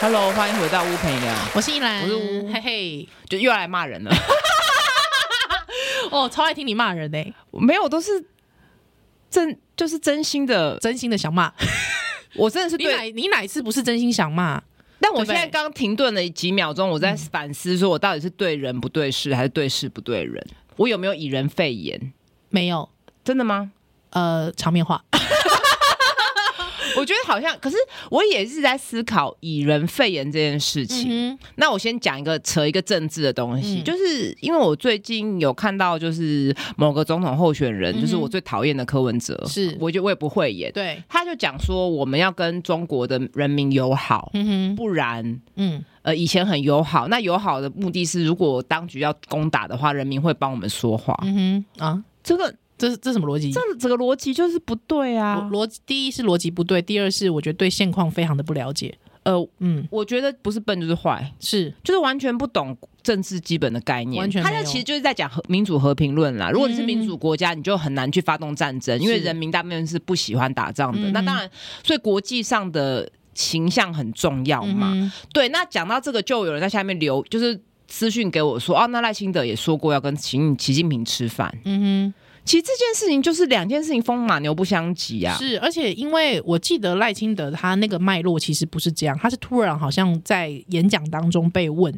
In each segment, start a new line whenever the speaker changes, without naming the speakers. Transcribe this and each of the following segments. Hello，欢迎回到乌陪聊，
我是依兰，
我是乌
嘿嘿，
就又要来骂人了。
哦，超爱听你骂人呢、
没有，都是真就是真心的，
真心的想 骂。
我真的是
你
对。
哪你哪一次不是真心想骂？
但我
对不
现
对
在刚停顿了几秒钟，我在反思，说我到底是对人不对事，还是对事不对人？我有没有以人废言？
没有，
真的吗？
呃，场面话。
我觉得好像，可是我也是在思考以人废言这件事情。
嗯哼，
那我先讲一个扯一个政治的东西，
嗯
就是因为我最近有看到，就是某个总统候选人，
嗯哼
就是我最讨厌的柯文哲，
是
我觉得我也不会演，
对，
他就讲说我们要跟中国的人民友好，
嗯哼，
不然。
嗯，
呃，以前很友好，那友好的目的是，如果当局要攻打的话，人民会帮我们说话。
嗯哼，啊，
这个
这这什么逻辑？
这整个逻辑就是不对啊！
逻辑第一是逻辑不对，第二是我觉得对现况非常的不了解。
呃，
嗯，
我觉得不是笨就是坏，
是，
就是完全不懂政治基本的概念，
完全
他
没
就
有
其实就是在讲和民主和平论啦。如果你是民主国家，你就很难去发动战争，因为
是
人民大部分嗯是不喜欢打仗的。
嗯哼
那当然，所以国际上的形象很重要
嗯
嘛。
哼，
对，那讲到这个，就有人在下面留，就是。私讯给我说，哦，那赖清德也说过要跟习近习近平吃饭。
嗯
其实这件事情就是两件事情风马牛不相及啊
哼，。是，而且因为我记得赖清德他那个脉络其实不是这样，他是突然好像在演讲当中被问，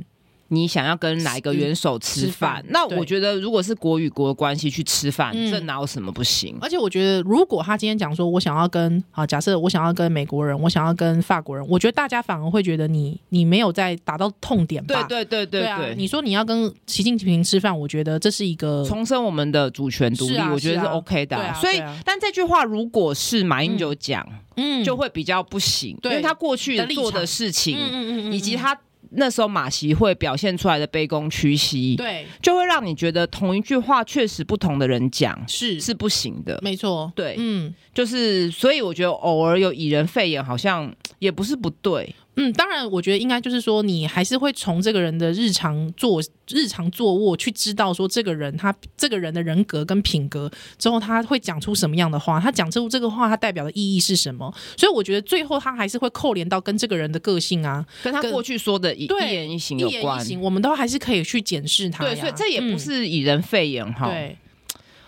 你想要跟哪一个元首吃
吃
饭
饭？
那
对
我觉得，如果是国与国的关系去吃饭，
嗯
这哪有什么不行？
而且我觉得，如果他今天讲说，我想要跟啊，假设我想要跟美国人，我想要跟法国人，我觉得大家反而会觉得你你没有在打到痛点
对
吧？
对对对
对
对，
啊！你说你要跟习近平吃饭，我觉得这是一个
重申我们的主权独立，
是啊
我觉得是
是啊
OK 的啊、
对啊
所以，
对啊
但这句话如果是马英九讲，
嗯
就会比较不行，
对
因为他过去
的立场
做的事情，
嗯
以及他那时候马习会表现出来的卑躬屈膝，
对
就会让你觉得同一句话确实不同的人讲
是
是不行的。
没错，
对
嗯
就是，所以我觉得偶尔有以人废言，好像也不是不对。
嗯，当然，我觉得应该就是说，你还是会从这个人的日常做日常坐卧去知道说，这个人他这个人的人格跟品格之后，他会讲出什么样的话，他讲出这个话，他代表的意义是什么。所以我觉得最后他还是会扣连到跟这个个人的个性啊，
跟他
跟
过去说的一
对
一言一行
一
有
言
关
一，行，我们都还是可以去检视他呀。
对，所以啊嗯这也不
嗯、
是以人废言哈。
对。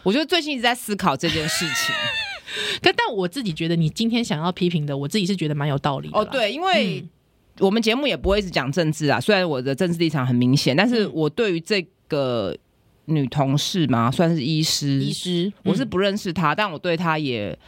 我觉得最近一直在思考这件事情。
可但我自己觉得，你今天想要批评的，我自己是觉得蛮有道理的。嗯
哦，， 对，因为我们节目也不会一直讲政治啊，虽然我的政治立场很明显，但是我对于这个女同事嘛，算是医师，
医师，
我是
嗯
不认识她，但我对她也。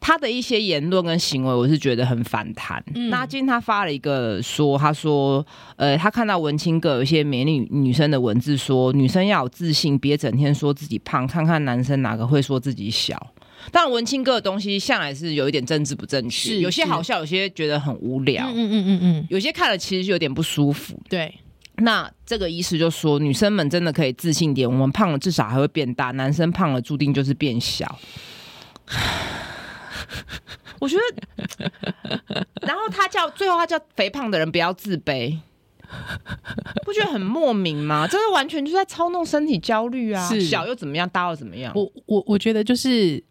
她的一些言论跟行为，我是觉得很反弹。
嗯
那今天她发了一个说，她说，呃，她看到文青哥有一些美女女生的文字说，女生要有自信，别整天说自己胖，看看男生哪个会说自己小。当然，文青哥的东西向来是有一点政治不正确，
是
有些
是
好笑，有些觉得很无聊。
嗯嗯嗯嗯嗯，
有些看了其实有点不舒服。
对，
那这个医师就说，女生们真的可以自信一点，我们胖了至少还会变大，男生胖了注定就是变小。 我觉得， 然后他叫最后他叫肥胖的人不要自卑，不觉得很莫名吗？这是完全就在操弄身体焦虑啊！
是
小又怎么样，大又怎么样？
我我我觉得就是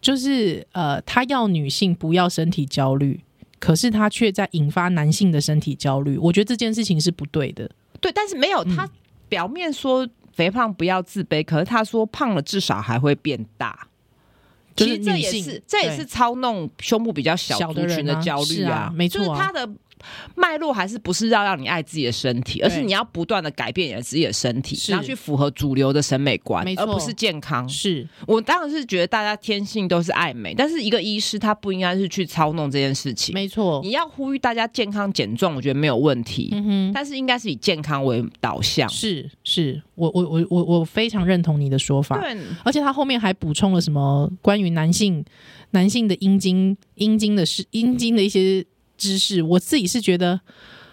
就是呃，他要女性不要身体焦虑，可是他却在引发男性的身体焦虑，我觉得这件事情是不对的。
对，但是没有
嗯
他表面说肥胖不要自卑，可是他说胖了至少还会变大。
就
其
是
实这也
女性
是这也
对
是操弄胸部比较小
小的
族群
人啊
焦虑
是啊没错啊
就是他的脉络还是不是要让你爱自己的身体，而是
对
你要不断的改变你的自己的身体，
是
然后去符合主流的审美观
没，错
而不是健康。
是
我当然是觉得大家天性都是爱美，但是一个医师他不应该是去操弄这件事情。
没错，
你要呼吁大家健康减重，我觉得没有问题。
嗯哼。
但是应该是以健康为导向。
是是，我我我我我非常认同你的说法，
对，
而且他后面还补充了什么关于男性男性的阴茎阴茎的事阴茎的一些知识，我自己是觉得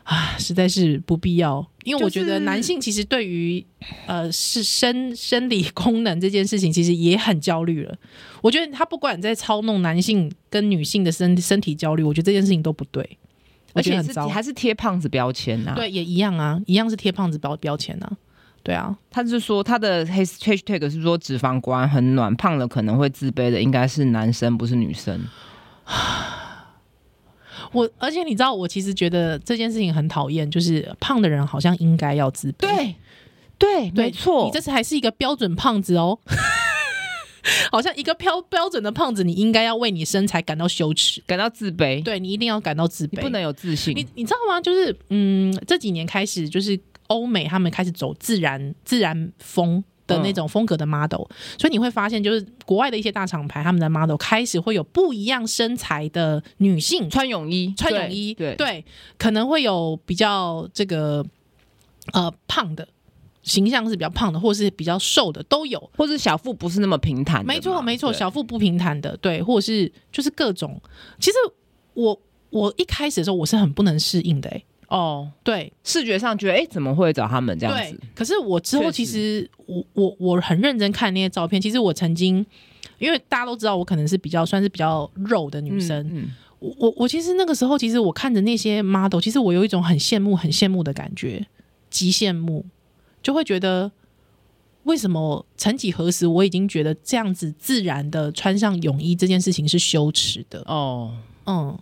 啊，实在是不必要，因为我
就
觉得
是
男性其实对于呃是生生理功能这件事情，其实也很焦虑了。我觉得他不管在操弄男性跟女性的身身体焦虑，我觉得这件事情都不对，我
而
觉得
且
很
是
糟。
还是贴胖子标签呐、啊。，
对，也一样啊，一样是贴胖子标标签啊，对啊。
他是说他的 has- hashtag 是说脂肪观很暖，胖了可能会自卑的应该是男生，不是女生。
我而且你知道，我其实觉得这件事情很讨厌，就是胖的人好像应该要自卑。
对哦对，
对
没错
你这，次还是一个标准胖子哦。 好像一个标标准的胖子，你应该要为你身材感到羞耻，
感到自卑，
对你一定要感到自
你
卑，
不能有自信，
你你知道吗？就是嗯，这几年开始，就是欧美他们开始走自然自然风。的
嗯
那种风格的 model，、所以你会发现，就是国外的一些大厂牌，他们的 model 开始会有不一样身材的女性
穿泳衣，
穿
对
泳衣，
对
可能会有比较这个呃胖的形象是比较胖的，或是比较瘦的都有。
或是小腹不是那么平坦的嘛，
没错，没错，
对
小腹不平坦的，对，或者是就是各种。其实我我一开始的时候我是很不能适应的、欸，
哦，
对，
视觉上觉得哎、诶怎么会找他们这样
对
子？，
可是我之后
确
其实我我我很认真看那些照片，其实我曾经。因为大家都知道我可能是比较算是比较肉的女生，
嗯嗯
我我我其实那个时候，其实我看着那些 model，其实我有一种很羡慕、很羡慕的感觉，极羡慕，就会觉得为什么曾几何时，我已经觉得这样子自然的穿上泳衣这件事情是羞耻的，
哦，
嗯，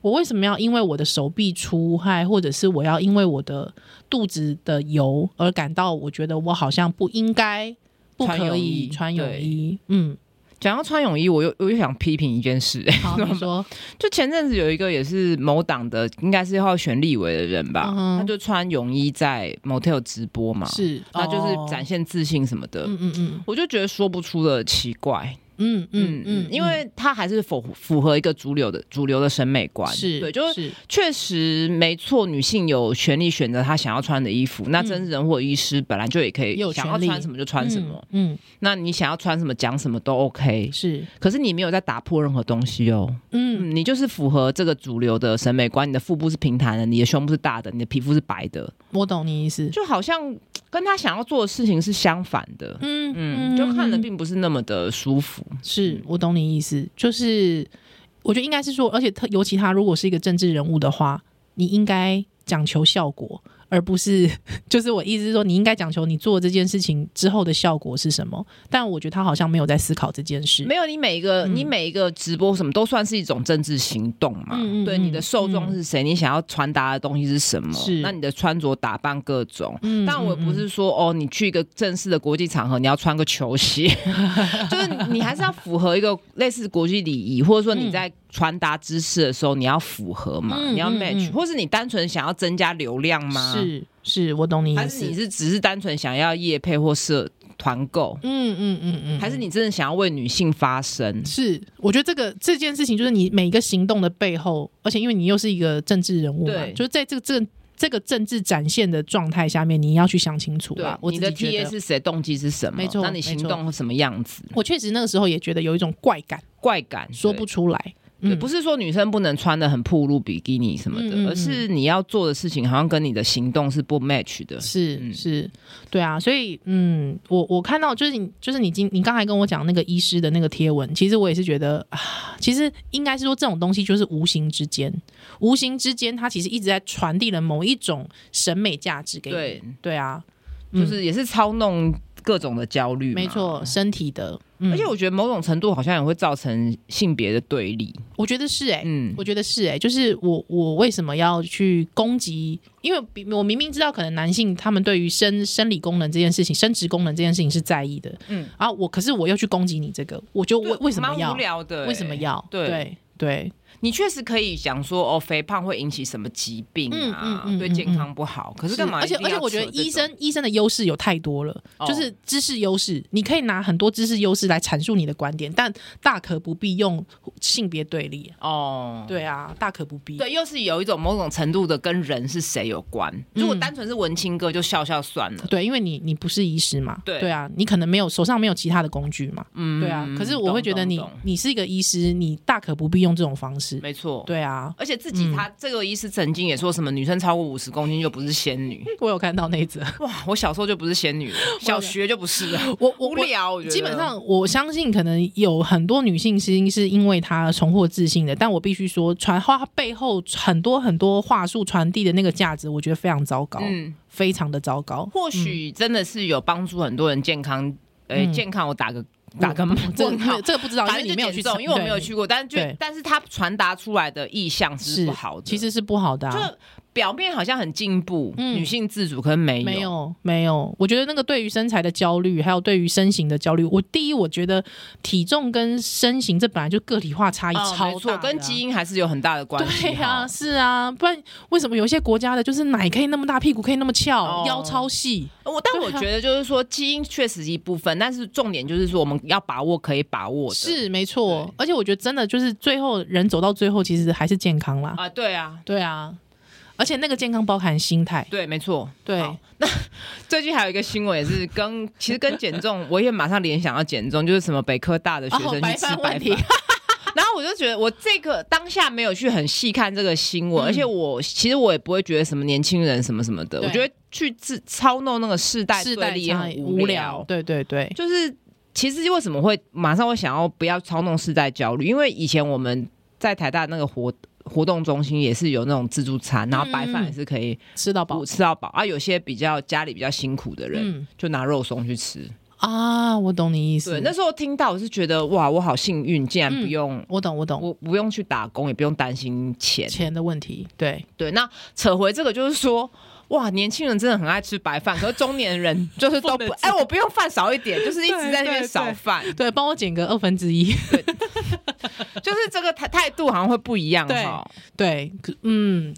我为什么要因为我的手臂出汗，或者是我要因为我的肚子的油而感到我觉得我好像不应该、不
穿
可
泳
以
衣
穿泳
对
衣？ 嗯，
讲到穿泳衣，我又我又想批评一件事、诶
好，你说，
就前阵子有一个也是某党的，应该是要选立委的人吧，
嗯哼
他就穿泳衣在 motel 直播嘛，
是，
那就是展
现，
现自信什么的。
嗯嗯嗯
我就觉得说不出的奇怪，
嗯
嗯
嗯嗯
嗯，，因为他还是符符合一个主流的主流的审美观，
是
对，就是
是
确实没错，女性有权利选择她想要穿的衣服。那真人或医师本来就也可以
嗯也有权
想
利
要穿什么就穿什么，，
嗯，
那你想要穿什么讲什么都 OK
嗯。是，
可是你没有在打破任何东西哦，
嗯
嗯，你就是符合这个主流的审美观，你的腹部是平坦的，你的胸部是大的，你的皮肤是白的，
我懂你意思，
就好像跟他想要做的事情是相反的。
嗯
嗯，就看了
嗯
并不是那么的舒服。
是我懂你意思，就是我觉得应该是说，而且特尤其他如果是一个政治人物的话，你应该讲求效果，而不是 就是我意思是说，你应该讲求你做这件事情之后的效果是什么。但我觉得他好像没有在思考这件事。
没有，你每一个、
嗯
你每一个直播什么都算是一种政治行动嘛。
嗯嗯
对，
嗯
你的受众是谁？你想要传达的东西是什么？
是
那你的穿着打扮各种。
嗯
但我不是说哦，你去一个正式的国际场合，你要穿个球鞋， 就是你还是要符合一个类似国际礼仪，或者说你在传达知识的时候，你要符合嘛，
嗯
你要
嗯
match，、
嗯
或是你单纯想要增加流量吗？，
是是，我懂你
还
意
是
思。
你是只是单纯想要业配或社团购，
嗯嗯嗯嗯，
还是你真的想要为女性发声？
是，我觉得这个这件事情就是你每一个行动的背后，而且因为你又是一个政治人物嘛
对，
就是在这个政这个政治展现的状态下面，你要去想清楚
对
啦。我
你
自
的
己觉
TA
得，
是谁，动机是什么？
没错
那你行动什么样子？
我确实那个时候也觉得有一种怪感，
怪感
说不
出、
出来。
对
嗯，
不是说女生不能穿的很暴露比基尼什么的，
嗯嗯嗯
而是你要做的事情好像跟你的行动是不 match 的。
是、
嗯
是，对啊，所以嗯，我我看到就是你就是你今你刚才跟我讲那个医师的那个贴文，其实我也是觉得啊，其实应该是说这种东西就是无形之间，无形之间它其实一直在传递了某一种审美价值给你。
对，
对啊，
就
嗯
是也是操弄各种的焦虑，
没。错，身体的，嗯、
嗯而且我觉得某种程度好像也会造成性别的对立。
我觉得是哎、
嗯
我，觉得是哎、就是我我为什么要去攻击？因为比我明明知道，可能男性他们对于生生理功能这件事情、生殖功能这件事情是在意的，
嗯
嗯，啊，我可是我又去攻击你这个，我就为为什么
蛮
要
无？聊的、欸
为什么？要？
对
对对
你确实可以讲说哦，肥胖会引起什么疾病啊，
嗯嗯嗯
对
嗯
健康不好。可是干嘛
而
一定
且
要扯这
而且，
种？
我觉得医生医生的优势有太多了，
哦
就是知识优势，你可以拿很多知识优势来阐述你的观点，但大可不必用性别对立。
哦，
对啊，大可不必。
对，又是有一种某种程度的跟人是谁有关。如
嗯
果单纯是文青哥，就笑笑算了。
对，因为你你不是医师嘛，
对
啊，你可能没有手上没有其他的工具嘛，
嗯，
对啊。可是我会觉得你
懂懂
你是一个医师，你大可不必用这种方式
懂，没错。
对啊。
而且自己他这个医师曾经也说什么女生超过五十公斤就不是仙女。
我有看到那一则，
哇，我小时候就不是仙女 了，小学就不是了，
我我
无
我
聊。我觉得
基本上我相信可能有很多女性是是因为她重获自信的，但我必须说，传话背后很多很多话术传递的那个价值，我觉得非常糟糕，
嗯，
非常的糟糕。
或许真的是有帮助很多人健康。呃，
嗯
健康我打个打个
我这
问号
这个不知道，因
反
为
正
你
就
没有去
减重，
测
因为我没有
对
去过，但是就
对
但是它传达出来的意向是
是
不好的，
其实是不好的、啊，
就表面好像很进步，
嗯
女性自主可能没有，
没有，没有。我觉得那个对于身材的焦虑，还有对于身形的焦虑，我第一，我觉得体重跟身形这本来就个体化差异
哦
啊超
没
大、
错，跟基。因还是有很大的关系
对啊，
哈。
是啊，不然为什么有一些国家的就是奶可以那么大，屁股可以那么翘，
哦
腰超细？
我但我
对啊
觉得就是说，基因确实一部分，但是重点就是说，我们要把握可以把握的
是没错
对。
而且我觉得真的就是最后人走到最后，其实还是健康啦。
啊，对啊，
对啊，而且那个健康包含心态。
对，没错。
对，哦
好最近还有一个新闻也是跟，其实跟减重，我也马上联想到减重，就是什么北科大的学生
哦
去吃白
饭问
饭，
题，
然后我就觉得我这个当下没有去很细看这个新闻，
嗯
而且我其实我也不会觉得什么年轻人什么什么的，
对
我觉得去自操弄那个世代
世
对
代
立也
差
很
异
无
聊
聊。
对对对，
就是其实为什么会马上会想要不要操弄世代焦虑？因为以前我们在台大那个活活动中心也是有那种自助餐，然后白饭也是可以
吃到饱
补。吃到饱、啊。有些比较家里比较辛苦的人，
嗯，
就拿肉松去吃。
啊，我懂你意思。
对，那时候听到我是觉得哇，我好幸运，竟然
嗯
不用、
我懂，我懂
我不用去打工，也不用担心钱。
钱的问题。对，
对，那扯回这个就是说。哇，年轻人真的很爱吃白饭，可是中年人就是 都不
不能吃
哎、我不用饭少一点，就是一直在那边
对对
少
对
饭，
对，帮我减个二分之一。
就是这个态态度好像会不一样
对
哈。
对，可嗯，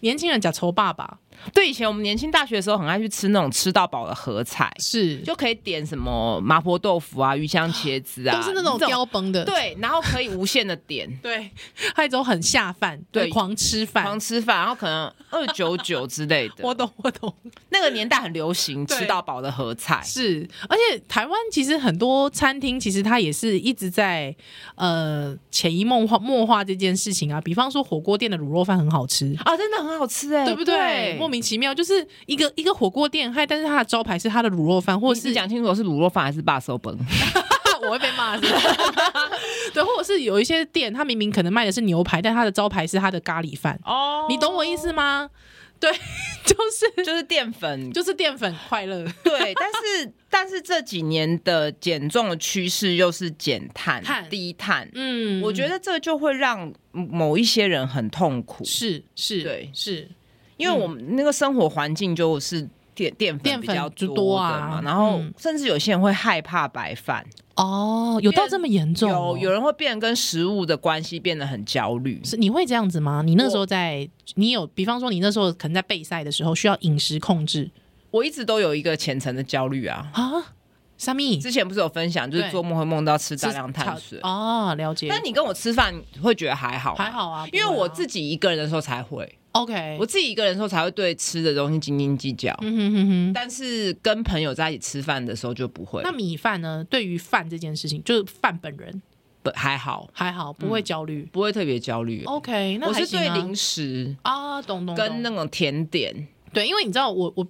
年轻人假愁爸爸
对，以前我们年轻大学的时候很爱去吃那种吃到饱的合菜，
是，
就可以点什么麻婆豆腐啊、鱼香茄子啊，
都是那种
这
标崩的。。
对，然后可以无限的点
对，还有一种很下饭，
对
就是狂吃
狂
饭。
吃饭，然后可能二九九之类的，
我懂，我懂，
那个年代很流行
对
吃到饱的合菜，
是，而且台湾其实很多餐厅，其实它也是一直在呃潜移默化默化这件事情啊。比方说火锅店的卤肉饭很好吃，
啊，真的很好吃哎、
对不对？莫名其妙，就是一个一个火锅店，嗨，但是它的招牌是它的卤肉饭，或
我
者是
是讲清楚我是卤肉饭还是霸手本？
我会被骂是不是 对，或者是有一些店，它明明可能卖的是牛排，但它的招牌是它的咖喱饭，
哦
你懂我意思吗？对， 就是
就是淀粉
就是淀粉快乐
对， 但是但是这几年的减重的趋势又是减碳、
碳
低碳，
嗯
我觉得这就会让某一些人很痛苦，
是是，
对
是
因为我们那个生活环境就是淀淀粉
淀
比
粉
较
就
多
多
的
啊
嘛，然后
嗯
甚至有些人会害怕白饭，
哦，有到这么严重哦、
有有人会变得跟食物的关系变得很焦虑。
是你会这样子吗？你那时候在，你有，比方说你那时候可能在备赛的时候需要饮食控制
我一直都有一个浅层的焦虑啊。
啊，沙米
之前不是有分享，就是
对
做梦会梦到吃大
是
量碳水。
哦，了解，
但你跟我吃饭会觉得还好吗，
还好啊，
因为我自
己
己一个人的时候才会，
OK，
我自己一个人的时候才会对吃的东西斤斤计较，
嗯哼哼哼。
但是跟朋友在一起吃饭的时候就不会，
那米饭呢？对于饭这件事情，就是饭本人
不还好，
还好，不会焦虑。
不会特别焦虑。
OK，
嗯
那哦
我
还
是
行
对
啊
零食
啊，懂懂
跟
懂。
那种甜点，
对，因为你知道我我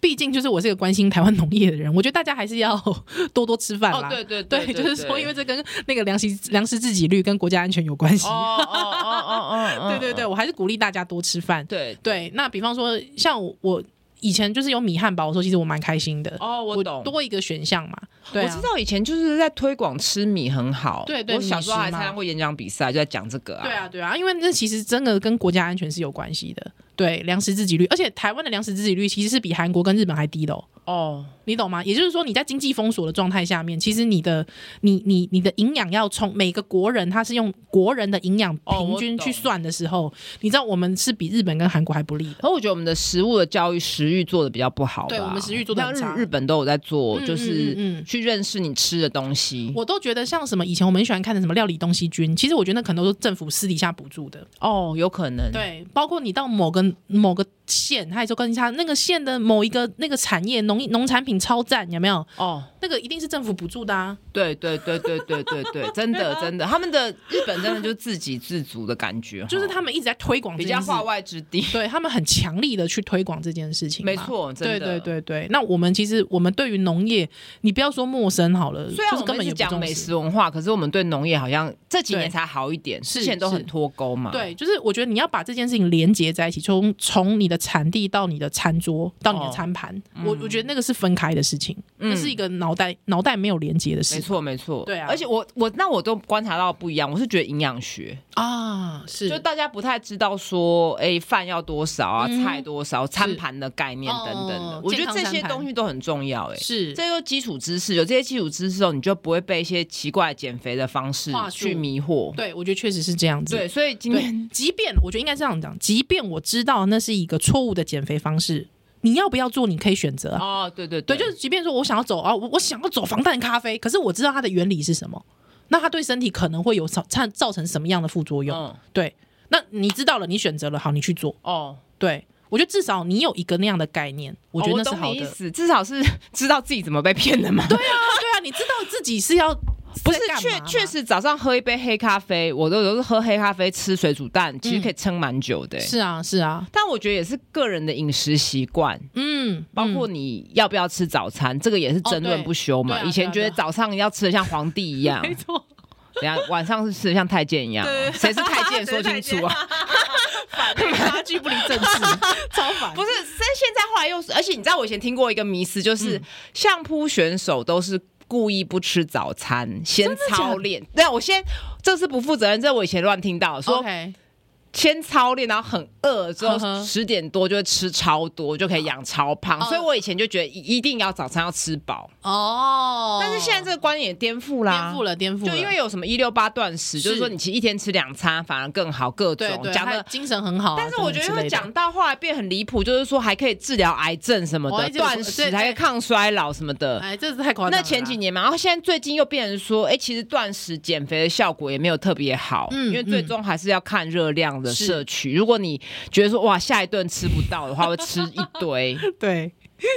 毕竟就是我是一个关心台湾农业的人，我觉得大家还是要 多多吃饭
哦
啦。
对对
哦对就是说，因为这跟那个粮食粮食自给率跟国家安全有关系。
哦哦哦哦哦，
对对对，我还是鼓励大家多吃饭。
对，
对，那比方说像我我以前就是有米汉堡的时候，其实我蛮开心的。
哦我懂。
多一个选项嘛。对、
我
啊，
知道以前就是在推广吃米很好，
对对
我小时候还
米食嘛
参加过演讲比赛，就在讲这个啊。
对啊，对啊，因为那其实真的跟国家安全是有关系的。对，粮食自给率，而且台湾的粮食自给率其实是比韩国跟日本还低的、哦，
哦，
你懂吗？也就是说，你在经济封锁的状态下面，其实你的、你、你、你的营养要从每个国人，他是用国人的营养
哦
平
我
均
懂
去算的时候，你知道我们是比日本跟韩国还不利的。
可我觉得我们的食物的教育、食欲做的比较不好吧。
对我们食欲做得
像
很差
日日本都有在做，
嗯
就是
嗯嗯嗯
去认识你吃的东西。
我都觉得像什么以前我们很喜欢看的什么料理东西君，其实我觉得那可能都是政府私底下补助的。
哦，有可能。，
对，包括你到某个某个县，它也就跟它那个县的某一个那个产业农农产品超赞，有没有？
哦，
那个一定是政府补助的啊。
对对对对对对对，真的真的，他们的日本真的就是自给自足的感觉，
就是
哈
他们一直在推广这
比
件
较
事
化，外之地。
对他们很强力的去推广这件事情。
没，错，真
对
的。
对。对对。那我们其实我们对于农业，你不要说陌生好了，
虽然
就
我
是根
们
本
是
也不
讲
重
美
视。
食文化，可是我们对农业好像这几年
对
才好一点，
是
之前都很
是
脱钩嘛。
对，就是我觉得你要把这件事情连接在一起，从从你的产地到你的餐桌到你的
哦嗯
餐盘，我我觉得那个是分开的事情，那是一个脑袋脑袋没有连接的事
没
情。
错没错，
对啊
而且我我那我都观察到不一样，我是觉得营养学，
啊，是
就大家不太知道说，哎、饭要多少啊，
嗯
菜多少，餐盘的概念等等的，
哦
我觉得这
健康
些
餐盘
东西都很重要、哎。
是
这就是基础知识，有这些基础知识后，你就不会被一些奇怪减肥的方式
话术
去迷惑。
对，我觉得确实是这样子。
对，嗯所以今天
对，即便我觉得应该这样讲，即便我知道那是一个错误的减肥方式，你要不要做，你可以选择啊。
哦，对对
对，就是即便说我想要走啊，我我想要走防弹咖啡，可是我知道它的原理是什么，那它对身体可能会有造造造成什么样的副作用？
嗯
对，那你知道了，你选择了，好，你去做。
哦，
对我觉得至少你有一个那样的概念，我觉得那
哦
是
懂
好
你
的。
意思，至少是 知道自己怎么被骗的嘛。对，
啊，对啊，你知道自己是要
不是
在干
确
嘛
确
吗
实早上喝一杯黑咖啡，我都有时候喝黑咖啡吃水煮蛋，其实可以撑蛮久的、哎
是啊，是啊，
但我觉得也是个人的饮食习惯，
嗯，
包括你要不要吃早餐，这个也是争论不休嘛。
哦对对啊
以前觉得早上要吃的像皇帝一 样，
没错，
等一下晚上是吃的像太监一样哦
对，
谁是太 监说清楚啊？
差距不离政治， 超烦。
不是，这现在后来又是，而且你知道我以前听过一个迷思，就是
嗯
相扑选手都是。故意不吃早餐，先
真的假的
操练。对，我先，这是不负责任，这我以前乱听到，说
OK，
先操练，然后很饿之后
呵呵
十点多就会吃超多，就可以养超胖。
哦
所以我以前就觉得一一定要早餐要吃饱，
哦，
但是现在这个观念也颠覆啦，
颠覆了，颠覆了，
就因为有什么一六八断食，就是
是
说你其实一天吃两餐反而更好，各
对
种
对，
讲
他
的。
精神很好啊，
但是我觉得
等等之
会
类的
讲到后来变很离谱，就是说还可以治疗癌症什么
我
的
还，记得
断
对
食
对
还可以抗衰老什么的。
哎，这是太夸张了啦。
那前几年嘛，然后现在最近又变成说，哎，其实断食减肥的效果也没有特别好，
嗯
因为最终还是要看热量的
是
摄取。如果你觉得说哇下一顿吃不到的话，会吃一 堆，
对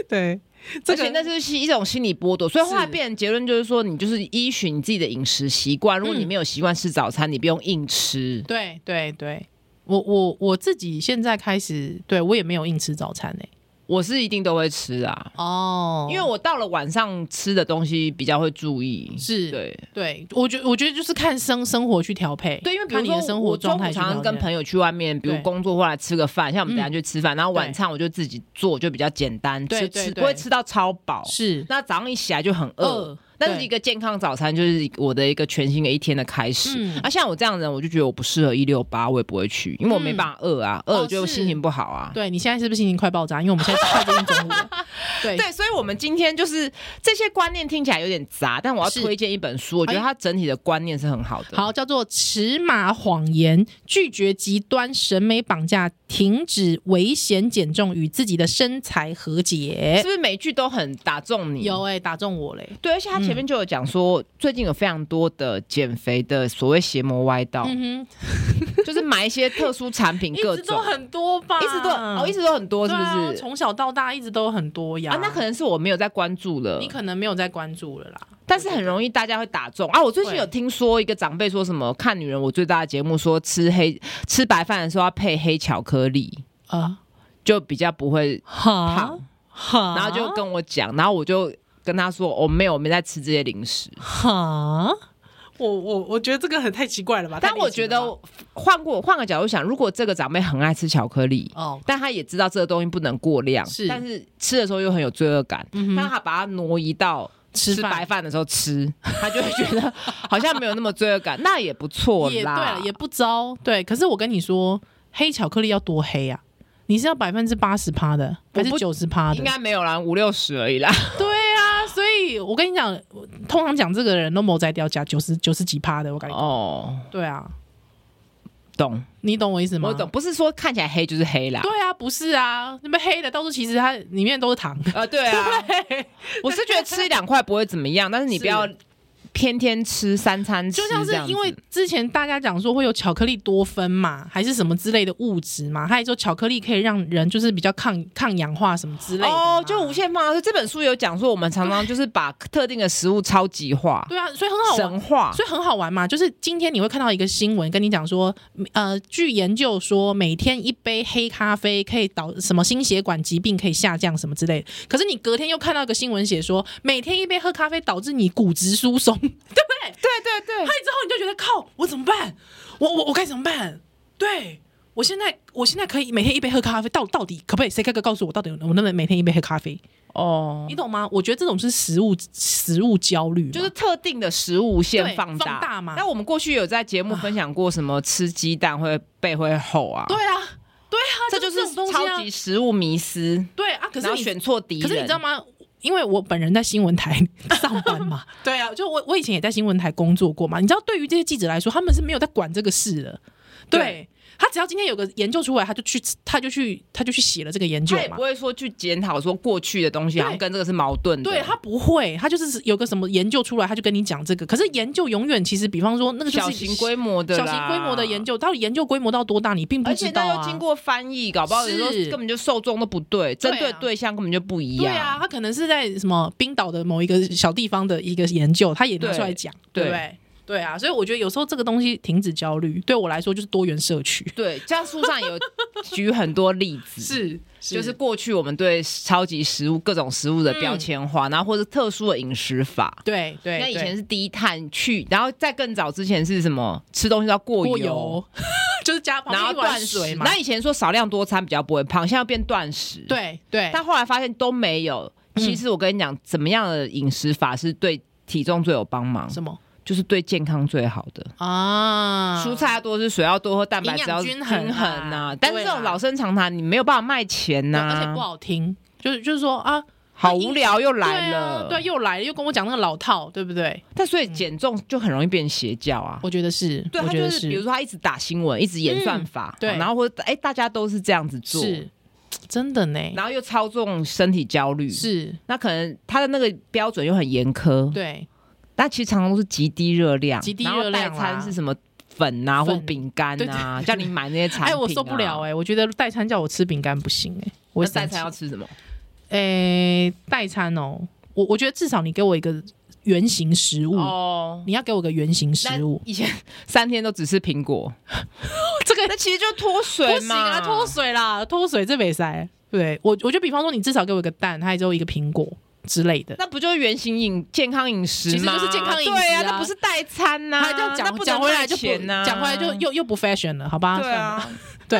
对，
而且那就是一种心理剥夺，所以后来
是
变成结论就是说，你就是依循你自己的饮食习惯。如果你
嗯
没有习惯吃早餐，你不用硬吃。
对对对，我我我自己现在开始，对我也没有硬吃早餐呢、欸
我是一定都会吃啊，
哦
因为我到了晚上吃的东西比较会注意。
是对
对
我觉我觉得就是看生生活去调配，
对，因为比
看
如
你
说
的生
我
活状
中午
态去
常
调
常跟
整
朋友去外面，比如
对嗯
工作过来吃个饭，像我们等一下去吃饭，然后晚
对
上我就自己做，就比较简单，
对
吃
对
吃
对
不会吃到超饱。
是
那早上一起来就很饿，
饿，
那是一
个
个健康早餐，就是我的一个全新的一天的开始。
嗯
啊，像我这样的人，我就觉得我不适合一六八，我也不会去，因为我没办法饿啊，
哦
饿就心情不好啊。
对你现在是不是心情快爆炸？因为我们现在快接近中午了， 对
对，所以，我们今天就是这些观念听起来有点杂，但我要
是哎
推荐一本书，我觉得它整体的观念是很好的。
好，叫做《尺码谎言：拒绝极端审美绑架，停止危险减重与自己的身材和
是
解
不是每一句都很打中》。你？
哎有哎、打中我嘞！
对，而且他前面就有讲说，最近有非常多的减肥的所谓邪魔歪道，
嗯哼，
就是买一些特殊产品，各
一直都
种
很多吧，
一直都哦，一直都很多，是
对
不
啊
是？
从、小到大一直都很多呀。
啊，那可能是我没有在关注了。
你可能没有在关注了啦。
但是很容易大家会打中啊！我最近
会
有听说一个长辈说什么看女人我最大的节目说吃黑吃白饭的时候要配黑巧克力，
啊，
就比较不会
哈
胖。
哈，
然后就跟我讲，然后我就跟他说我、哦没有，我没在吃这些零食。
哈，我我我觉得这个很太奇怪了吧？
但
太离
我
奇
觉
了
得
吧
我换过换个角度想，如果这个长辈很爱吃巧克力。
哦，
但他也知道这个东西不能过量，
是
但嗯是吃的时候又很有罪恶感，
嗯哼
但他把它挪移到
吃
吃
饭
白饭的时候吃，他就会觉得好像没有那么罪恶 感，那也啊不错
也对
啦，
了，也不糟。对，可是我跟你说，黑巧克力要多黑啊！你是要百分之八十趴的，
我
还
不
是九十趴的
应？该没有啦，五六十而已啦。
对啊，所以我跟你讲，我通常讲这个人都没在掉价，九十九十几趴的，我感觉。
哦，
对啊，
懂，
你懂我意思吗？
我懂，。不是说看起来黑就是黑啦。
对啊，不是啊，那么黑的到处其实它里面都是 糖。
啊， 对啊，我是觉得吃一两块不会怎么样，但是你不要天天吃三餐吃
就
这样
像
子，
是因为之前大家讲说会有巧克力多酚嘛，还是什么之类的物质嘛，还有说巧克力可以让人就是比较抗抗氧化什么之类的嘛。
哦，就无限放大。这本书有讲说，我们常常就是把特定的食物超级 化、
对啊，所以很好玩
神化。
所以很好玩嘛，就是今天你会看到一个新闻，跟你讲说，呃，据研究说，每天一杯黑咖啡可以导什么心血管疾病可以下降什么之类的。可是你隔天又看到一个新闻写说，每天一杯喝咖啡导致你骨质疏松， 对不对？
对对对
拍，之后你就觉得靠，我怎么办？我我我该怎么办？对我现在我现在可以每天一杯喝咖啡，到到底可不可以？谁可以告诉我到底我能不能每天一杯喝咖啡？
哦
你，懂吗？我觉得这种是食物食物焦虑嘛，
就是特定的食物先
对
放
放大嘛
那我们过去有在节目分享过，什么吃鸡蛋会背会厚啊？
对，啊，对啊，
这
就
就是
这
是
种东
超级
西啊，
食物迷思，
对啊。可
然
是
后
你
选错敌人。
可是你知道吗？因为我本人在新闻台上班嘛， 对啊，就我我以前也在新闻台工作过嘛。你知道，对于这些记者来说，他们是没有在管这个事的。对
对
他只要今天有个研究出来，他就去，他就去，他就去写了这个研究
他也
嘛
不。会说去检讨说过去的东西好像
对
跟这个是矛盾的。
对他不会，他就是有个什么研究出来，他就跟你讲这个。可是研究永远其实，比方说那个就是
小型规模的啦，
小型规模的研究，到底研究规模到多大，你并不
而且
知道
那
啊。
又经过翻译，搞不好有时候
是
根本就受众都不对，针对
对啊
对象根本就不一
对
样。
啊，他可能是在什么冰岛的某一个小地方的一个研究，他也拿出来讲，
对
对不对？对啊，所以我觉得有时候这个东西停止焦虑，对我来说就是多元社区，
对，这样书上有举很多例子，
是
就
就
是
是
过去我们对超级食物各种食物的标签化，然后或者特殊的饮食法。
对嗯对，
那以
对
前是低碳去，然后在更早之前是什么？吃东西要过油，
过油， 就是加旁
然
边
后
一碗
断
水
食。
嘛，
那以前说少量多餐比较不会胖，现在要变断食。，
对嗯对，
但后来发现都没有。其实我跟你讲，怎么样的饮食法是对体重最有帮忙，
什么
就是对健康最好的。
啊？
蔬菜要多吃，水要多喝，蛋白质要
营养均衡啊
衡呐、但是
对
这
啊
种老生常谈，你没有办法卖钱
对
呐、
而且不好听，就是就是说啊，
好无聊又来
对啊
了。
对啊，又来了，又跟我讲那个老套，对不对？
但所以减重就很容易变邪教啊。
我觉得是，
对，
我
他
觉
就
得
是比如说他一直打新闻，一直演算法，
嗯对
然后或者哎大家都是这样子做，
是真的呢，
然后又操纵身体焦虑，
是
那可能他的那个标准又很严苛，
对。
但其实常常都是极低热量，
极低
然后
热
代
量啦
餐是什么粉啊
粉
或饼干啊，叫你买那些产品、啊，
哎，我受不了哎、我觉得代餐叫我吃饼干不行哎、我
那
会生
代
气
餐要吃什么？
哎、代餐哦，我我觉得至少你给我一个圆形食物，
哦，
你要给我个圆形食物，
以前 三天都只吃苹果，
这个
那其实就脱水
不行
嘛，
啊，脱水啦，脱水这没塞。对我，我就比方说你至少给我一个蛋，还有一个苹果之类的。
那不就是原型饮健康饮食吗？
其实就是健康饮食啊
对啊，那不是代餐呐、
他这样
那
讲
不能
讲回来就
卖
不
钱呐、
讲回来就又又不 fashion 了，好吧？
对
算了，
啊。
对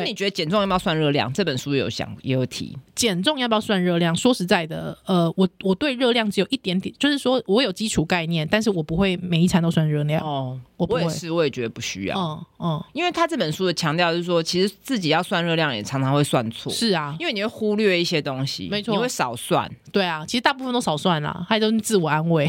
那你觉得减重要不要算热量？这本书有想也有提，
减重要不要算热量？说实在的，呃，我我对热量只有一点点，就是说我有基础概念，但是我不会每一餐都算热量。
哦，
我不
我
会
也是，我也觉得不需要，
嗯嗯，
因为他这本书的强调是说，其实自己要算热量也常常会算错，
是啊，
因为你会忽略一些东西，
没错
你会少算。
对啊，其实大部分都少算啦，还都是自我安 慰。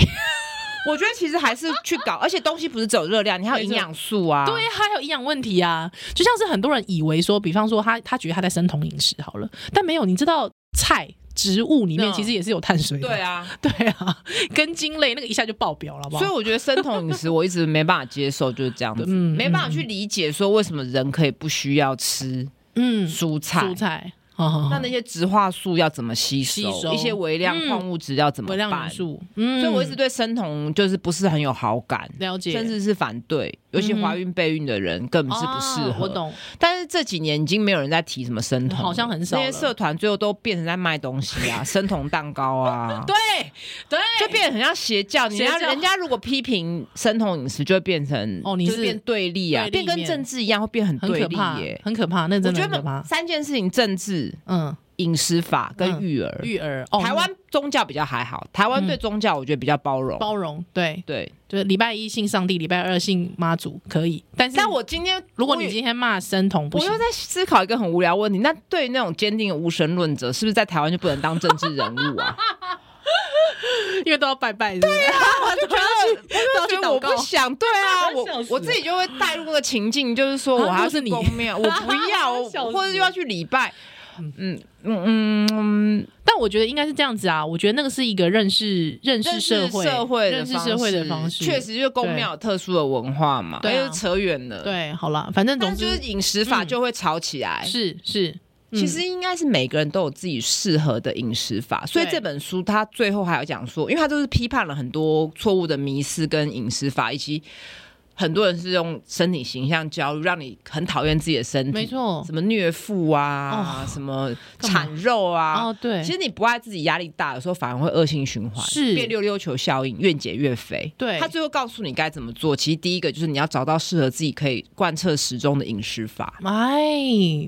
我觉得其实还是去搞，而且东西不是只有热量，你还有营养素啊，
对，还有营养问题啊，就像是很多人以为说，比方说他他觉得他在生酮饮食好了，但没有，你知道菜植物里面
嗯
其实也是有碳水的。
对啊，
对啊，根茎类那个一下就爆表了，好不好？
所以我觉得生酮饮食我一直没办法接受，就是这样子，
嗯
没办法去理解说为什么人可以不需要吃
嗯，
蔬菜，
蔬菜，好好好
那那些植化素要怎么吸收，
吸收
一些微量矿物质要怎么
微量
办
元？素，嗯，
所以我一直对生酮就是不是很有好感。
了解，
甚至是反对，尤其
嗯哼
怀孕备孕的人更是不适合、
啊我。懂，
但是这几年已经没有人在提什么生酮了，
好像很少
那些
了
社团最后都变成在卖东西 啊，生酮蛋糕啊，
对对，
就变得很像邪教。你要
邪教
人家如果批评生酮饮食，就会变成
哦你
就是变对立啊，
对立
变跟
面
政治一样，会变很
很
对
可
立
怕
耶，、
很可怕，那
我
真的
觉
很可
得
怕。
三件事情：政治、
嗯，
饮食法跟
嗯
育儿。
育儿，哦嗯
台湾宗教比较还好，台湾对宗教我觉得比较包容。
包容，对，
对，
就是礼拜一信上帝，礼拜二信妈祖，可以。但是，
但我今天
如果
我
你
也
今天骂生酮不
我
行
又，在思考一个很无聊的问题，那对于那种坚定的无神论者，是不是在台湾就不能当政治人物啊？
因为都要拜拜，对呀，
我就觉得， 我就觉得我
都要
不
去祷告
想，对 啊，
笑
我
死
我自己就会带入那个情境，就是说我还要
如果
去
是你
公庙，我 不要，我
笑死
或者又要去礼拜，嗯嗯嗯，
但我觉得应该是这样子啊，我觉得那个是一个认识认识
认识
社会、
社会
认
的
识社会的方式，
确。实就是公庙有特殊的文化嘛，
对啊
哎又扯远了，。
对，好了，反正总
但就
之
是饮食法
嗯
就会吵起来，
是是，嗯
其实应该是每个人都有自己适合的饮食法，所以
对
这本书它最后还有讲说，因为它就是批判了很多错误的迷思跟饮食法，以及很多人是用身体形象焦虑，让你很讨厌自己的身体，
没，错，
什么虐妇啊，什么
哦干嘛
产肉啊，
哦，对，
其实你不爱自己，压力大，有时候反而会恶性循环，
是
变溜溜球效应，越减越肥。
对
他最后告诉你该怎么做。其实第一个就是你要找到适合自己可以贯彻始终的饮食法。
哎，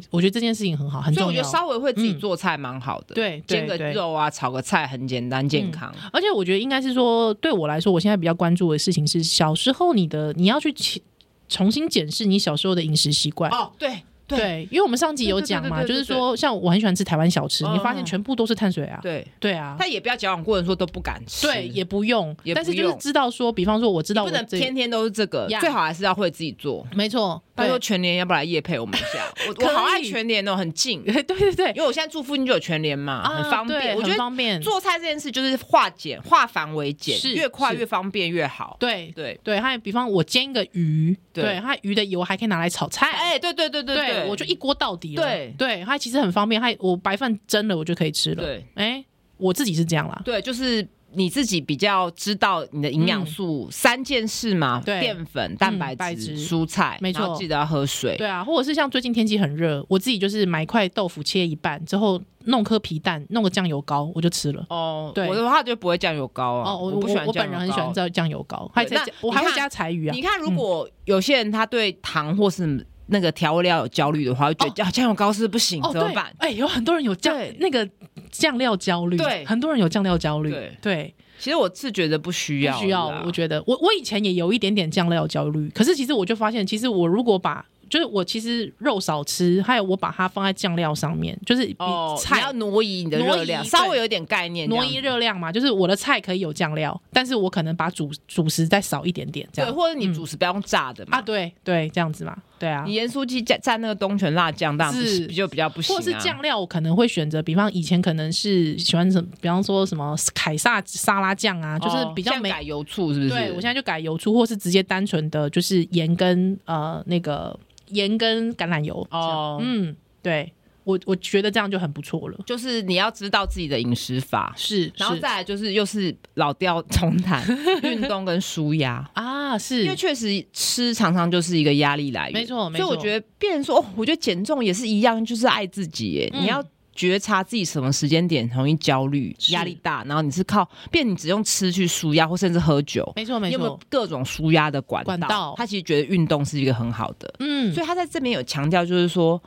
我觉得这件事情很好，很
所以我
重
觉
要
得。稍微会自己
嗯
做菜蛮好的，
对对
煎个
对
肉啊，炒个菜很简单健康。
而且我觉得应该是说，对我来说，我现在比较关注的事情是，小时候你的你要去起重新检视你小时候的饮食习惯。
哦，对
嗯对，因为我们上集有讲嘛，
对对对对
就是
对对
说，像我很喜欢吃台湾小吃，
嗯
你发现全部都是碳水啊，
对，
对啊，
但也不要矫枉过正，说都不敢吃，
对也不用，
也不
但是就是
用
知道说，比方说我知道
不
我
能
这
天天都是这个
呀，
最好还是要会自己做。
没错，
拜
对
托全联要不要来夜配我们一下？ 我
可
我好爱
以
全联哦，很 近，
对对对，
因为我现在住附近就有全联嘛，
啊
很方
对
便。我觉
很
得
方便，
做菜这件事就是化简、化繁为简
是，
越快
是
越方便越好。
对
对，
对，还有比方我煎一个鱼，
对
对，它鱼的油还可以拿来炒菜。
哎，对对对对
对，我就一锅到底了。
对
对，它其实很方便，它我白饭蒸了我就可以吃了。
对
哎，我自己是这样啦。
对，就是你自己比较知道你的营养素三件事嘛，
对
淀粉、蛋嗯白
白
质、
质
蔬菜，
没错
然后记得要喝水。
对啊，或者是像最近天气很热，我自己就是买块豆腐切一半之后，弄颗皮蛋，弄个酱油膏，我就吃了。
哦，
对
我的话就不会酱油膏啊，
哦，我
我不喜欢
我
酱
本
油
人
膏
很喜欢蘸酱油膏，还
对
加
那
我还
你
会
看
加柴鱼啊
你。看，如果有些人他对糖或是那个调味料有焦虑的话，会觉得啊酱油膏是不行，
哦，
怎么
对
办？，
哎，有很多人有酱
对
那个酱料焦虑，
对
很多人有酱料焦虑，
对
对，
其实我是觉得不需要啦，
不需要。我觉得我我以前也有一点点酱料焦虑，可是其实我就发现，其实我如果把就是我其实肉少吃，还有我把它放在酱料上面，就是比
哦，你
菜
要挪移你的
挪
热
移
量，
对
稍微有点概念这
挪
样子，
移热量嘛，就是我的菜可以有酱料，但是我可能把主主食再少一点点这
对，
样
或者你主食不要用炸的嘛。
啊，对对，这样子嘛，对啊
嗯你。盐酥鸡蘸蘸那个东泉辣酱，当然不
是
行就比较不行、啊。
或是酱料，我可能会选择，比方以前可能是喜欢什么，比方说什么凯撒沙拉酱啊，
哦，
就是比较
像
没
改油醋，是不是？
对，我现在就改油醋，或是直接单纯的就是盐跟呃那个盐跟橄榄油。哦，
哦，
嗯，对我我觉得这样就很不错了。
就是你要知道自己的饮食法，
是，
然后
是
再来就是又是老调重 弹，运动跟舒压。
啊，
因为
是
确实吃常常就是一个压力来源，
没错没
所以我
错
觉得，变成说哦，我觉得减重也是一样，就是爱自己耶。
嗯
你要觉察自己什么时间点容易焦虑、
是
压力大，然后你是靠变，你只用吃去舒压，或甚至喝酒。
没错没
你有没有
错，
各种舒压的管道？
管道
他其实觉得运动是一个很好的，
嗯
所以他在这边有强调，就是说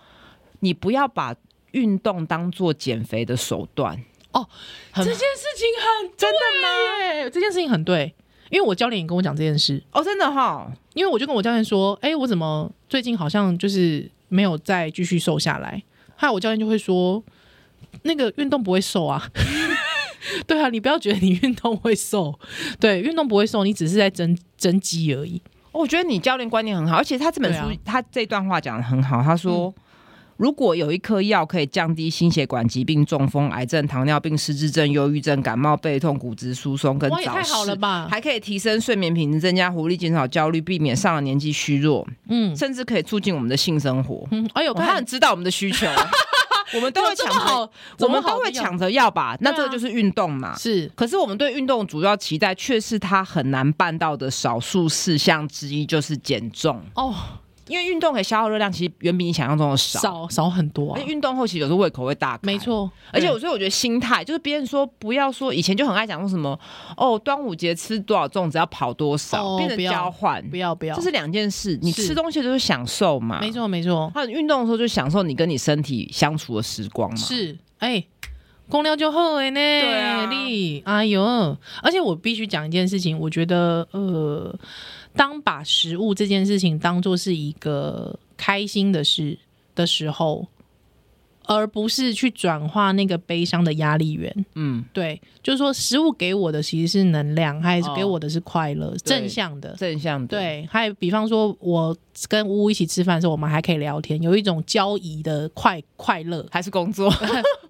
你不要把运动当做减肥的手段。
哦，
很
这件事情很真的吗？这件事情很对，因为我教练也跟我讲这件事，
哦，真的哈、
因为我就跟我教练说，哎、我怎么最近好像就是没有再继续瘦下来？还有我教练就会说，那个运动不会瘦啊。 对啊，你不要觉得你运动会瘦，对，运动不会瘦，你只是在增增肌而已。
哦我觉得你教练观念很好，而且他这本书、
对啊嗯
他这段话讲的很好，他说。如果有一颗药可以降低心血管疾病、中风、癌症、糖尿病、失智症、忧郁症、感冒、背痛、骨质疏松跟
哇，也
早
太好了
视，
吧？
还可以提升睡眠品质、增加活力、减少焦虑、避免上了年纪虚弱，
嗯
甚至可以促进我们的性生活。
嗯，哎呦，
我他
看
很知道我们的需 求，我们都会
有这
抢
么
着
好，，
我
怎么
们
好
都会
的药
抢着要吧？那
对
这
啊
个就是运动嘛。
是
可是我们对运动主要期待，却是它很难办到的少数事项之一，就是减重。
哦，
因为运动可以消耗热量，其实远比你想象中的少。哎
少少很多
而
啊
且，运动后其实有时候胃口会大开，
没。错。
而且
对
我所以我觉得心态就是别人说不要说，以前就很爱讲说什么哦，端午节吃多少粽子要跑多少，
哦
变成
不要
交换，
不要不要，
这是两件事。你
是
吃东西就是享受嘛，
没。错没错，
那你运动的时候就享受你跟你身体相处的时光嘛。
是，哎、公料就好哎呢，
对啊
你，哎呦，而且我必须讲一件事情，我觉得，呃，当把食物这件事情当做是一个开心的事的时候，而不是去转化那个悲伤的压力源，
嗯，
对，就是说，食物给我的其实是能量，还是
哦
给我的是快乐，正向的，
正向的。，
对，还有比方说，我跟呜呜一起吃饭的时候，我们还可以聊天，有一种交易的快快乐，
还是工 作，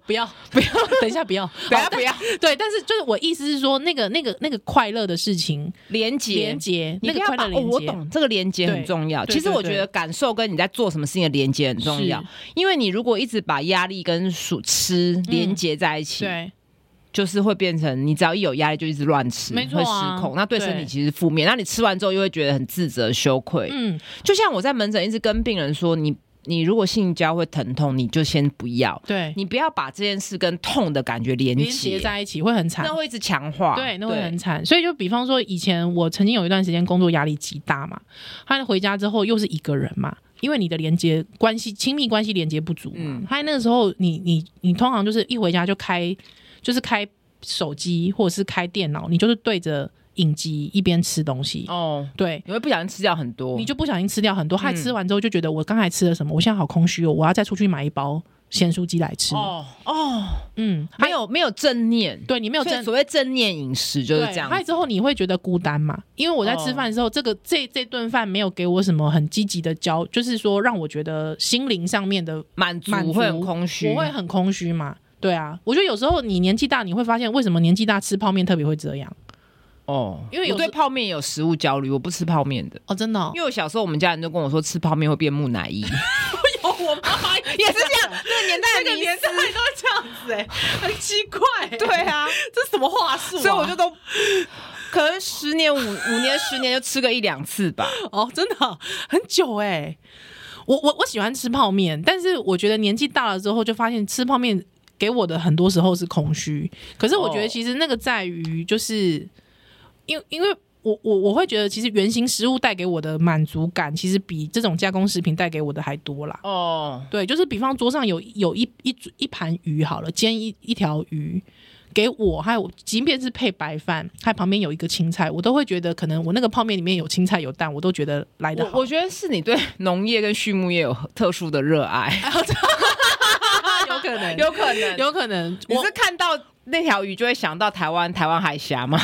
不 要不要，等一下不要，
不要
好
不要
但对，但是就是我意思是说，那个那个那个快乐的事情，
连接
连接
你
那
不
个
要
快
把哦，
乐连
我
接，
懂这个连接
对
很重要。
对
其实
对
我
对
觉得感受跟你在做什么事情的连接很重要
是，
因为你如果一直把压力跟数吃连接在一起，
嗯对
就是会变成你只要一有压力就一直乱吃，
没错
会
啊
失控，那对身体
对
其实负面。那你吃完之后又会觉得很自责、羞愧。
嗯，
就像我在门诊一直跟病人说，你你如果性交会疼痛，你就先不要，
对，
你不要把这件事跟痛的感觉连
连结在一起会很惨
那。啊会一直强化，
对，那会很惨。所以就比方说，以前我曾经有一段时间工作压力极大嘛，他回家之后又是一个人嘛，因为你的连接关系、亲密关系连接不足嘛
嗯。
他、那个时候你，你你通常就是一回家就开，就是开手机或者是开电脑，你就是对着影集一边吃东西，
哦，
对。
你会不小心吃掉很多，
你就不小心吃掉很多，害
嗯
吃完之后就觉得我刚才吃了什么，我现在好空虚哦，我要再出去买一包咸酥鸡来吃。
哦哦，
嗯，还
没
有
有没有正念，
对你没有
所以
真
所谓正念饮食就是
对，
这样
还有之后你会觉得孤单嘛？因为我在吃饭的时候，这个这这顿饭没有给我什么很积极的交，就是说让我觉得心灵上面的
满足
满足
会很空虚，
我会很空虚嘛。对啊，我觉得有时候你年纪大，你会发现为什么年纪大吃泡面特别会这样
哦，
因为有
我
时
对泡面有食物焦虑，我不吃泡面的。
哦，真的、
因为我小时候，我们家人就跟我说吃泡面会变木乃 伊，
为我妈妈 也
也是这样， 那个年代的迷思，
都这样子哎、很奇怪、欸
对啊，
这是什么话术、啊
所以我就都可能十年五五年十年就吃个一两次吧。
哦，真的啊很久哎、我我我喜欢吃泡面，但是我觉得年纪大了之后，就发现吃泡面给我的很多时候是空虚。可是我觉得
哦
其实那个在于，就是、因因为我我我会觉得，其实原型食物带给我的满足感，其实比这种加工食品带给我的还多啦。
哦，
对，就是比方桌上有有一一组一盘鱼好了，煎一一条鱼给我，还有即便是配白饭，还旁边有一个青菜，我都会觉得可能我那个泡面里面有青菜有蛋，我都觉得来的
我
好。
我觉得是你对农业跟畜牧业有特殊的热 爱，
有可能，有
啊有可能。
有可能，
你
我
是看到那条鱼就会想到台湾台湾海峡 吗？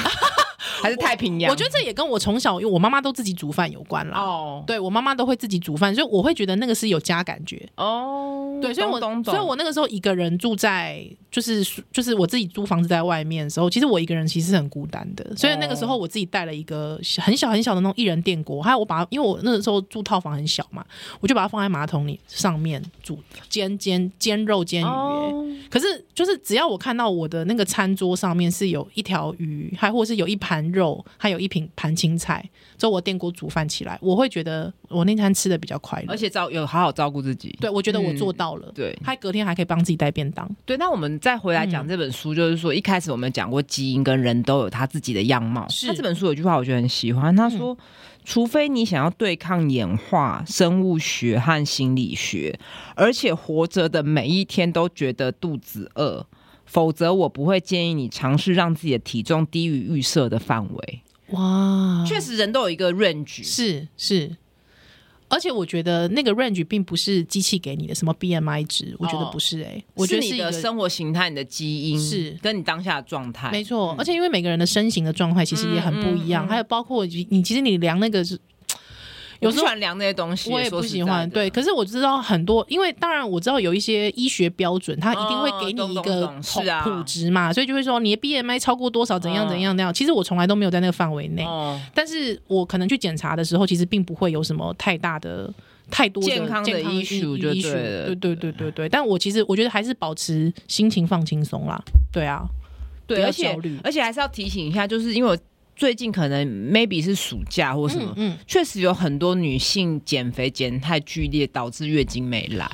还是太平洋？
我觉得这也跟我从小，因为我妈妈都自己煮饭有关啦。
哦
对我妈妈都会自己煮饭，所以我会觉得那个是有家感觉。
哦，
对，所以我
懂懂懂
所以我那个时候一个人住在，就是就是我自己租房子在外面的时候，其实我一个人其实是很孤单的。所以那个
哦
时候我自己带了一个小很小很小的那种一人电锅，还有我把它，因为我那个时候住套房很小嘛，我就把它放在马桶里上面煮煎煎煎肉煎鱼、欸
哦
可是就是只要我看到我的那个餐桌上面是有一条鱼，还或是有一盘肉，还有一瓶盘青菜，之后我电锅煮饭起来，我会觉得我那餐吃的比较快乐
而。且照有好好照顾自己。
对，我觉得我做
嗯
到了。
对
还隔天还可以帮自己带便当。
对，那我们再回来讲这本书，就是说、一开始我们讲过，基因跟人都有他自己的样貌。
是
他这本书有句话我觉得很喜欢，他说：“除非你想要对抗演化、生物学和心理学，而且活着的每一天都觉得肚子饿，否则我不会建议你尝试让自己的体重低于预设的范围。
哇
确实，人都有一个 range。
是是，而且我觉得那个 range 并不是机器给你的什么 BMI 值，我觉得
哦
不是哎、我觉得
是
一
你的
个
生活形态、你的基因
是
跟你当下的状态，
没错，而且因为每个人的身形的状态其实也很不一
嗯嗯
样，
嗯嗯
还有包括你你其实你量那个是有
有
时
时
候
候量那些东西，
我也不
说实
喜
在
欢，
的
对。可是我知道很多，因为当然我知道有一些医学标准，它一定会
哦
给你一
懂懂
个
懂
统
是啊嗯
普值嘛，所以就会说你的 BMI 超过多少，怎样怎样那样。其实我从来都没有在那个范围内，
哦，
但是我可能去检查的时候，其实并不会有什么太大的太多的
健康的
健康
issue 就
issue
对了
对对对对对。但我其实我觉得还是保持心情放轻松啦，对啊，不
对，
要
而且
焦虑
而且还是要提醒一下，就是因为我最近可能 maybe 是暑假或什么
嗯，嗯，
确、实有很多女性减肥减太剧烈，导致月经没来，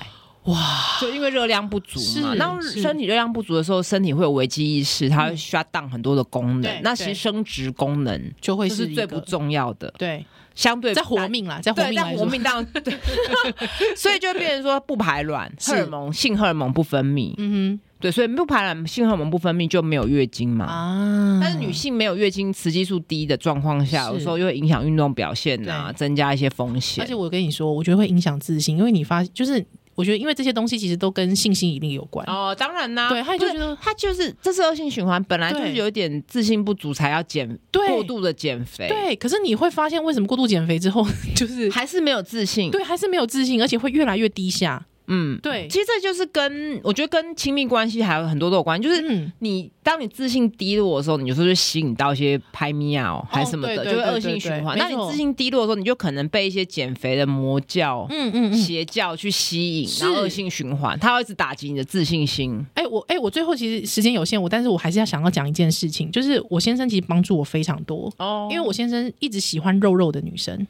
哇，
就因为热量不足嘛。
是
当
是
身体热量不足的时候，身体会有危机意识，它会
嗯
shut down 很多的功能
对。
那其
对
实生殖功能
就会
这是
一
最
个
不重要的，
对，
相对
在活。命啦，在活
对，
命
在
来
活
说，
命当中，对 所以就会变成说不排卵，
是
荷尔蒙性荷尔蒙不分泌，
嗯
对，所以不排卵性荷尔蒙不分泌就没有月经嘛。
哼啊，
但是女性没有月经雌激素低的状况下，
是
有时候又会影响运动表现啊，增加一些风险。
而且我跟你说，我觉得会影响自信，因为你发就是我觉得因为这些东西其实都跟性吸引力有关，
哦，当然啦、
对，他就
不
觉
是
得
她就是这是恶性循环，本来就是
对
有点自信不足才要减
对
过度的减肥，，
对，可是你会发现为什么过度减肥之后 就是
还是没有自信。
对还是没有自信，而且会越来越低下。
嗯，
对，
其实这就是跟我觉得跟亲密关系还有很多都有关系，就是
嗯，
你当你自信低落的时候，你有时候就吸引到一些拍咪啊、哦、还是什么的，
对对
就会
对
恶性
对对
循环。
没
那
错
你自信低落的时候，你就可能被一些减肥的魔教、
嗯嗯嗯。
邪教去吸引，
是
然后恶性循环，它会一直打击你的自信心。
哎、我哎、我最后其实时间有限，我但是我还是要想要讲一件事情，就是我先生其实帮助我非常多，
哦
因为我先生一直喜欢肉肉的女生。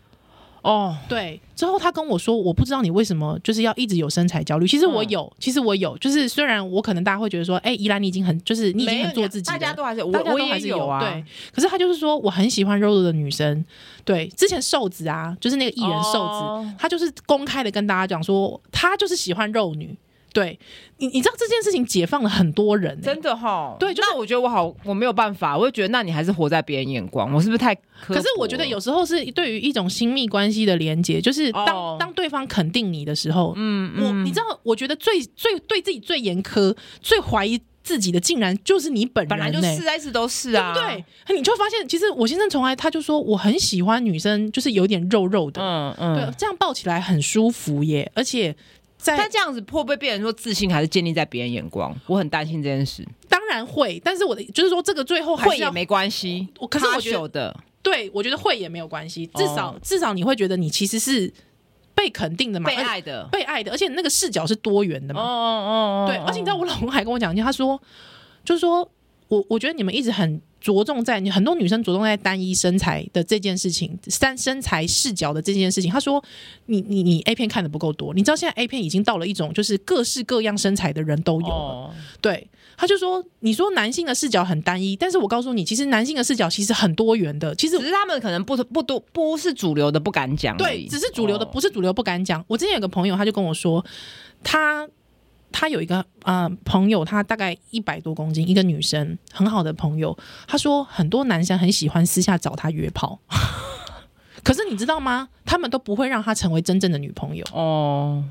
哦，
对，之后他跟我说，我不知道你为什么就是要一直有身材焦虑。其实我
嗯
有，其实我有，就是虽然我可能大家会觉得说，哎、宜兰你已经很就是你已经
没有
很做自己
大
了
家都还是我
大家
我
都还
也
是有
啊，
对，。可是他就是说，我很喜欢肉肉的女生。对，之前瘦子啊，就是那个艺人瘦子，
哦
他就是公开的跟大家讲说，他就是喜欢肉女。对你，你知道这件事情解放了很多人、欸，
真的哈，
对就是
那我觉得我好，我没有办法，我会觉得那你还是活在别人眼光，我是不是太刻薄了？
可是我觉得有时候是对于一种亲密关系的连接，就是当、
哦
当对方肯定你的时候，
嗯，嗯
我你知道，我觉得最最对自己最严苛、最怀疑自己的，竟然就是你本人、
本来就
欸
是，啊，一直都是啊，
对，你就会发现，其实我先生从来他就说我很喜欢女生，就是有点肉肉的，
嗯嗯，
对，这样抱起来很舒服耶，而且在
但这样子会不会变成说自信还是建立在别人眼光？我很担心这件事。
当然会，但是我的就是说这个最后还
会
是要
也没关系，
我可是我觉得
久的，
对，我觉得会也没有关系，至少、
哦
至少你会觉得你其实是被肯定的嘛，
被
而且
爱的。
被爱的，而且那个视角是多元的
哦
嘛，
哦哦，
对，而且你知道我老公还跟我讲一件，他说，就是说我我觉得你们一直很着重在你很多女生着重在单一身材的这件事情，单身材视角的这件事情。他说，你你你 A 片看的不够多，你知道现在 A 片已经到了一种就是各式各样身材的人都有了。
哦
对，他就说，你说男性的视角很单一，但是我告诉你，其实男性的视角其实很多元的，其实
只。是他们可能不不多不是主流的，不敢讲而
对，
已。
只是主流的，
哦
不是主流不敢讲。我之前有个朋友，他就跟我说，他他有一个呃朋友，她大概一百多公斤，一个女生，很好的朋友。她说很多男生很喜欢私下找她约炮， 可是你知道吗？他们都不会让她成为真正的女朋友。
哦。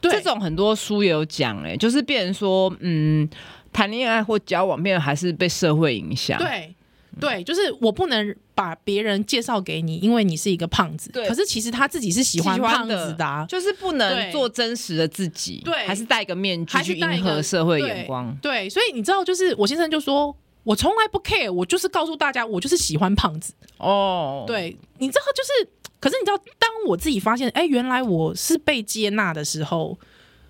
对，
这种很多书也有讲，哎，就是变成说，嗯，谈恋爱或交往，变成还是被社会影响。
对。啊对，就是我不能把别人介绍给你，因为你是一个胖子。
对
可是其实他自己是喜欢
喜欢
胖
的
子的、啊。
就是不能
对
做真实的自己，
对
还是戴一个面具
还是
去
戴一
迎
个
合社会
对
眼光。
对，所以你知道，就是我先生就说，我从来不 care，我就是告诉大家，我就是喜欢胖子。
哦，
对，你知道就是，可是你知道，当我自己发现，哎、原来我是被接纳的时候，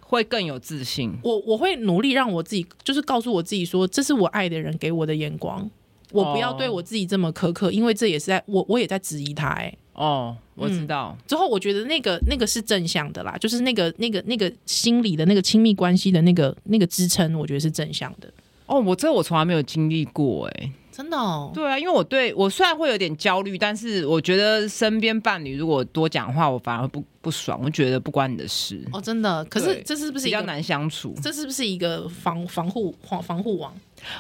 会更有自信。
我我会努力让我自己，就是告诉我自己说，这是我爱的人给我的眼光，我不要
哦
对我自己这么苛刻，因为这也是在我我也在质疑他、哎，
哦，我知道。
之后我觉得那个那个是正向的啦，就是那个那个那个心理的那个亲密关系的那个那个支撑，我觉得是正向的，
哦，我这我从来没有经历过哎、欸
真的哦。
对啊，因为我对我虽然会有点焦虑，但是我觉得身边伴侣如果多讲话，我反而不不爽，我觉得不关你的事，
哦，真的，可
对
是这是不是
比
一
较
个？
难相处。
这是不是一个防防护防防护网？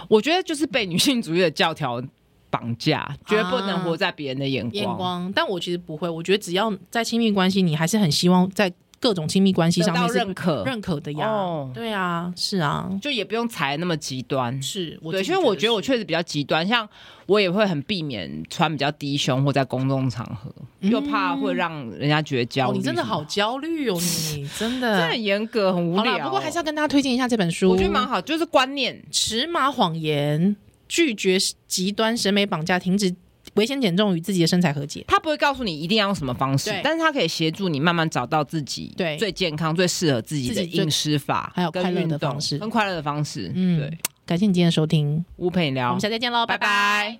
我觉得就是被女性主义的教条绑架，绝对不能
啊
活在别人的眼光。
眼光，但我其实不会。我觉得只要在亲密关系，你还是很希望在各种亲密关系
得
上
到
面是
认可，
认可的呀。
哦
对啊，是啊，
就也不用踩那么极端。
是。我
对，
自己
因为我觉得我
是
确实比较极端，像我也会很避免穿比较低胸或在公众场合，又怕会让人家觉得焦
哦，
虑
你
什
真
么的。
的好焦虑哦，你 真
真
的
的。很严格，很无
好
聊。
啦，不过还是要跟大家推荐一下这本书，
我觉得蛮好，就是观念。
尺码谎言》，拒绝极端审美绑架，停止危险减重与自己的身材和解。
他不会告诉你一定要用什么方式
对，
但是他可以协助你慢慢找到自己
对
最健康、最适合自己的
自己最
饮食法，
还有
跟
快乐的
运动
方式
跟快乐的方式。
嗯
对，
感谢你今天的收听，
吴陪你
我
聊
们，下次再见喽，
拜
拜拜
拜。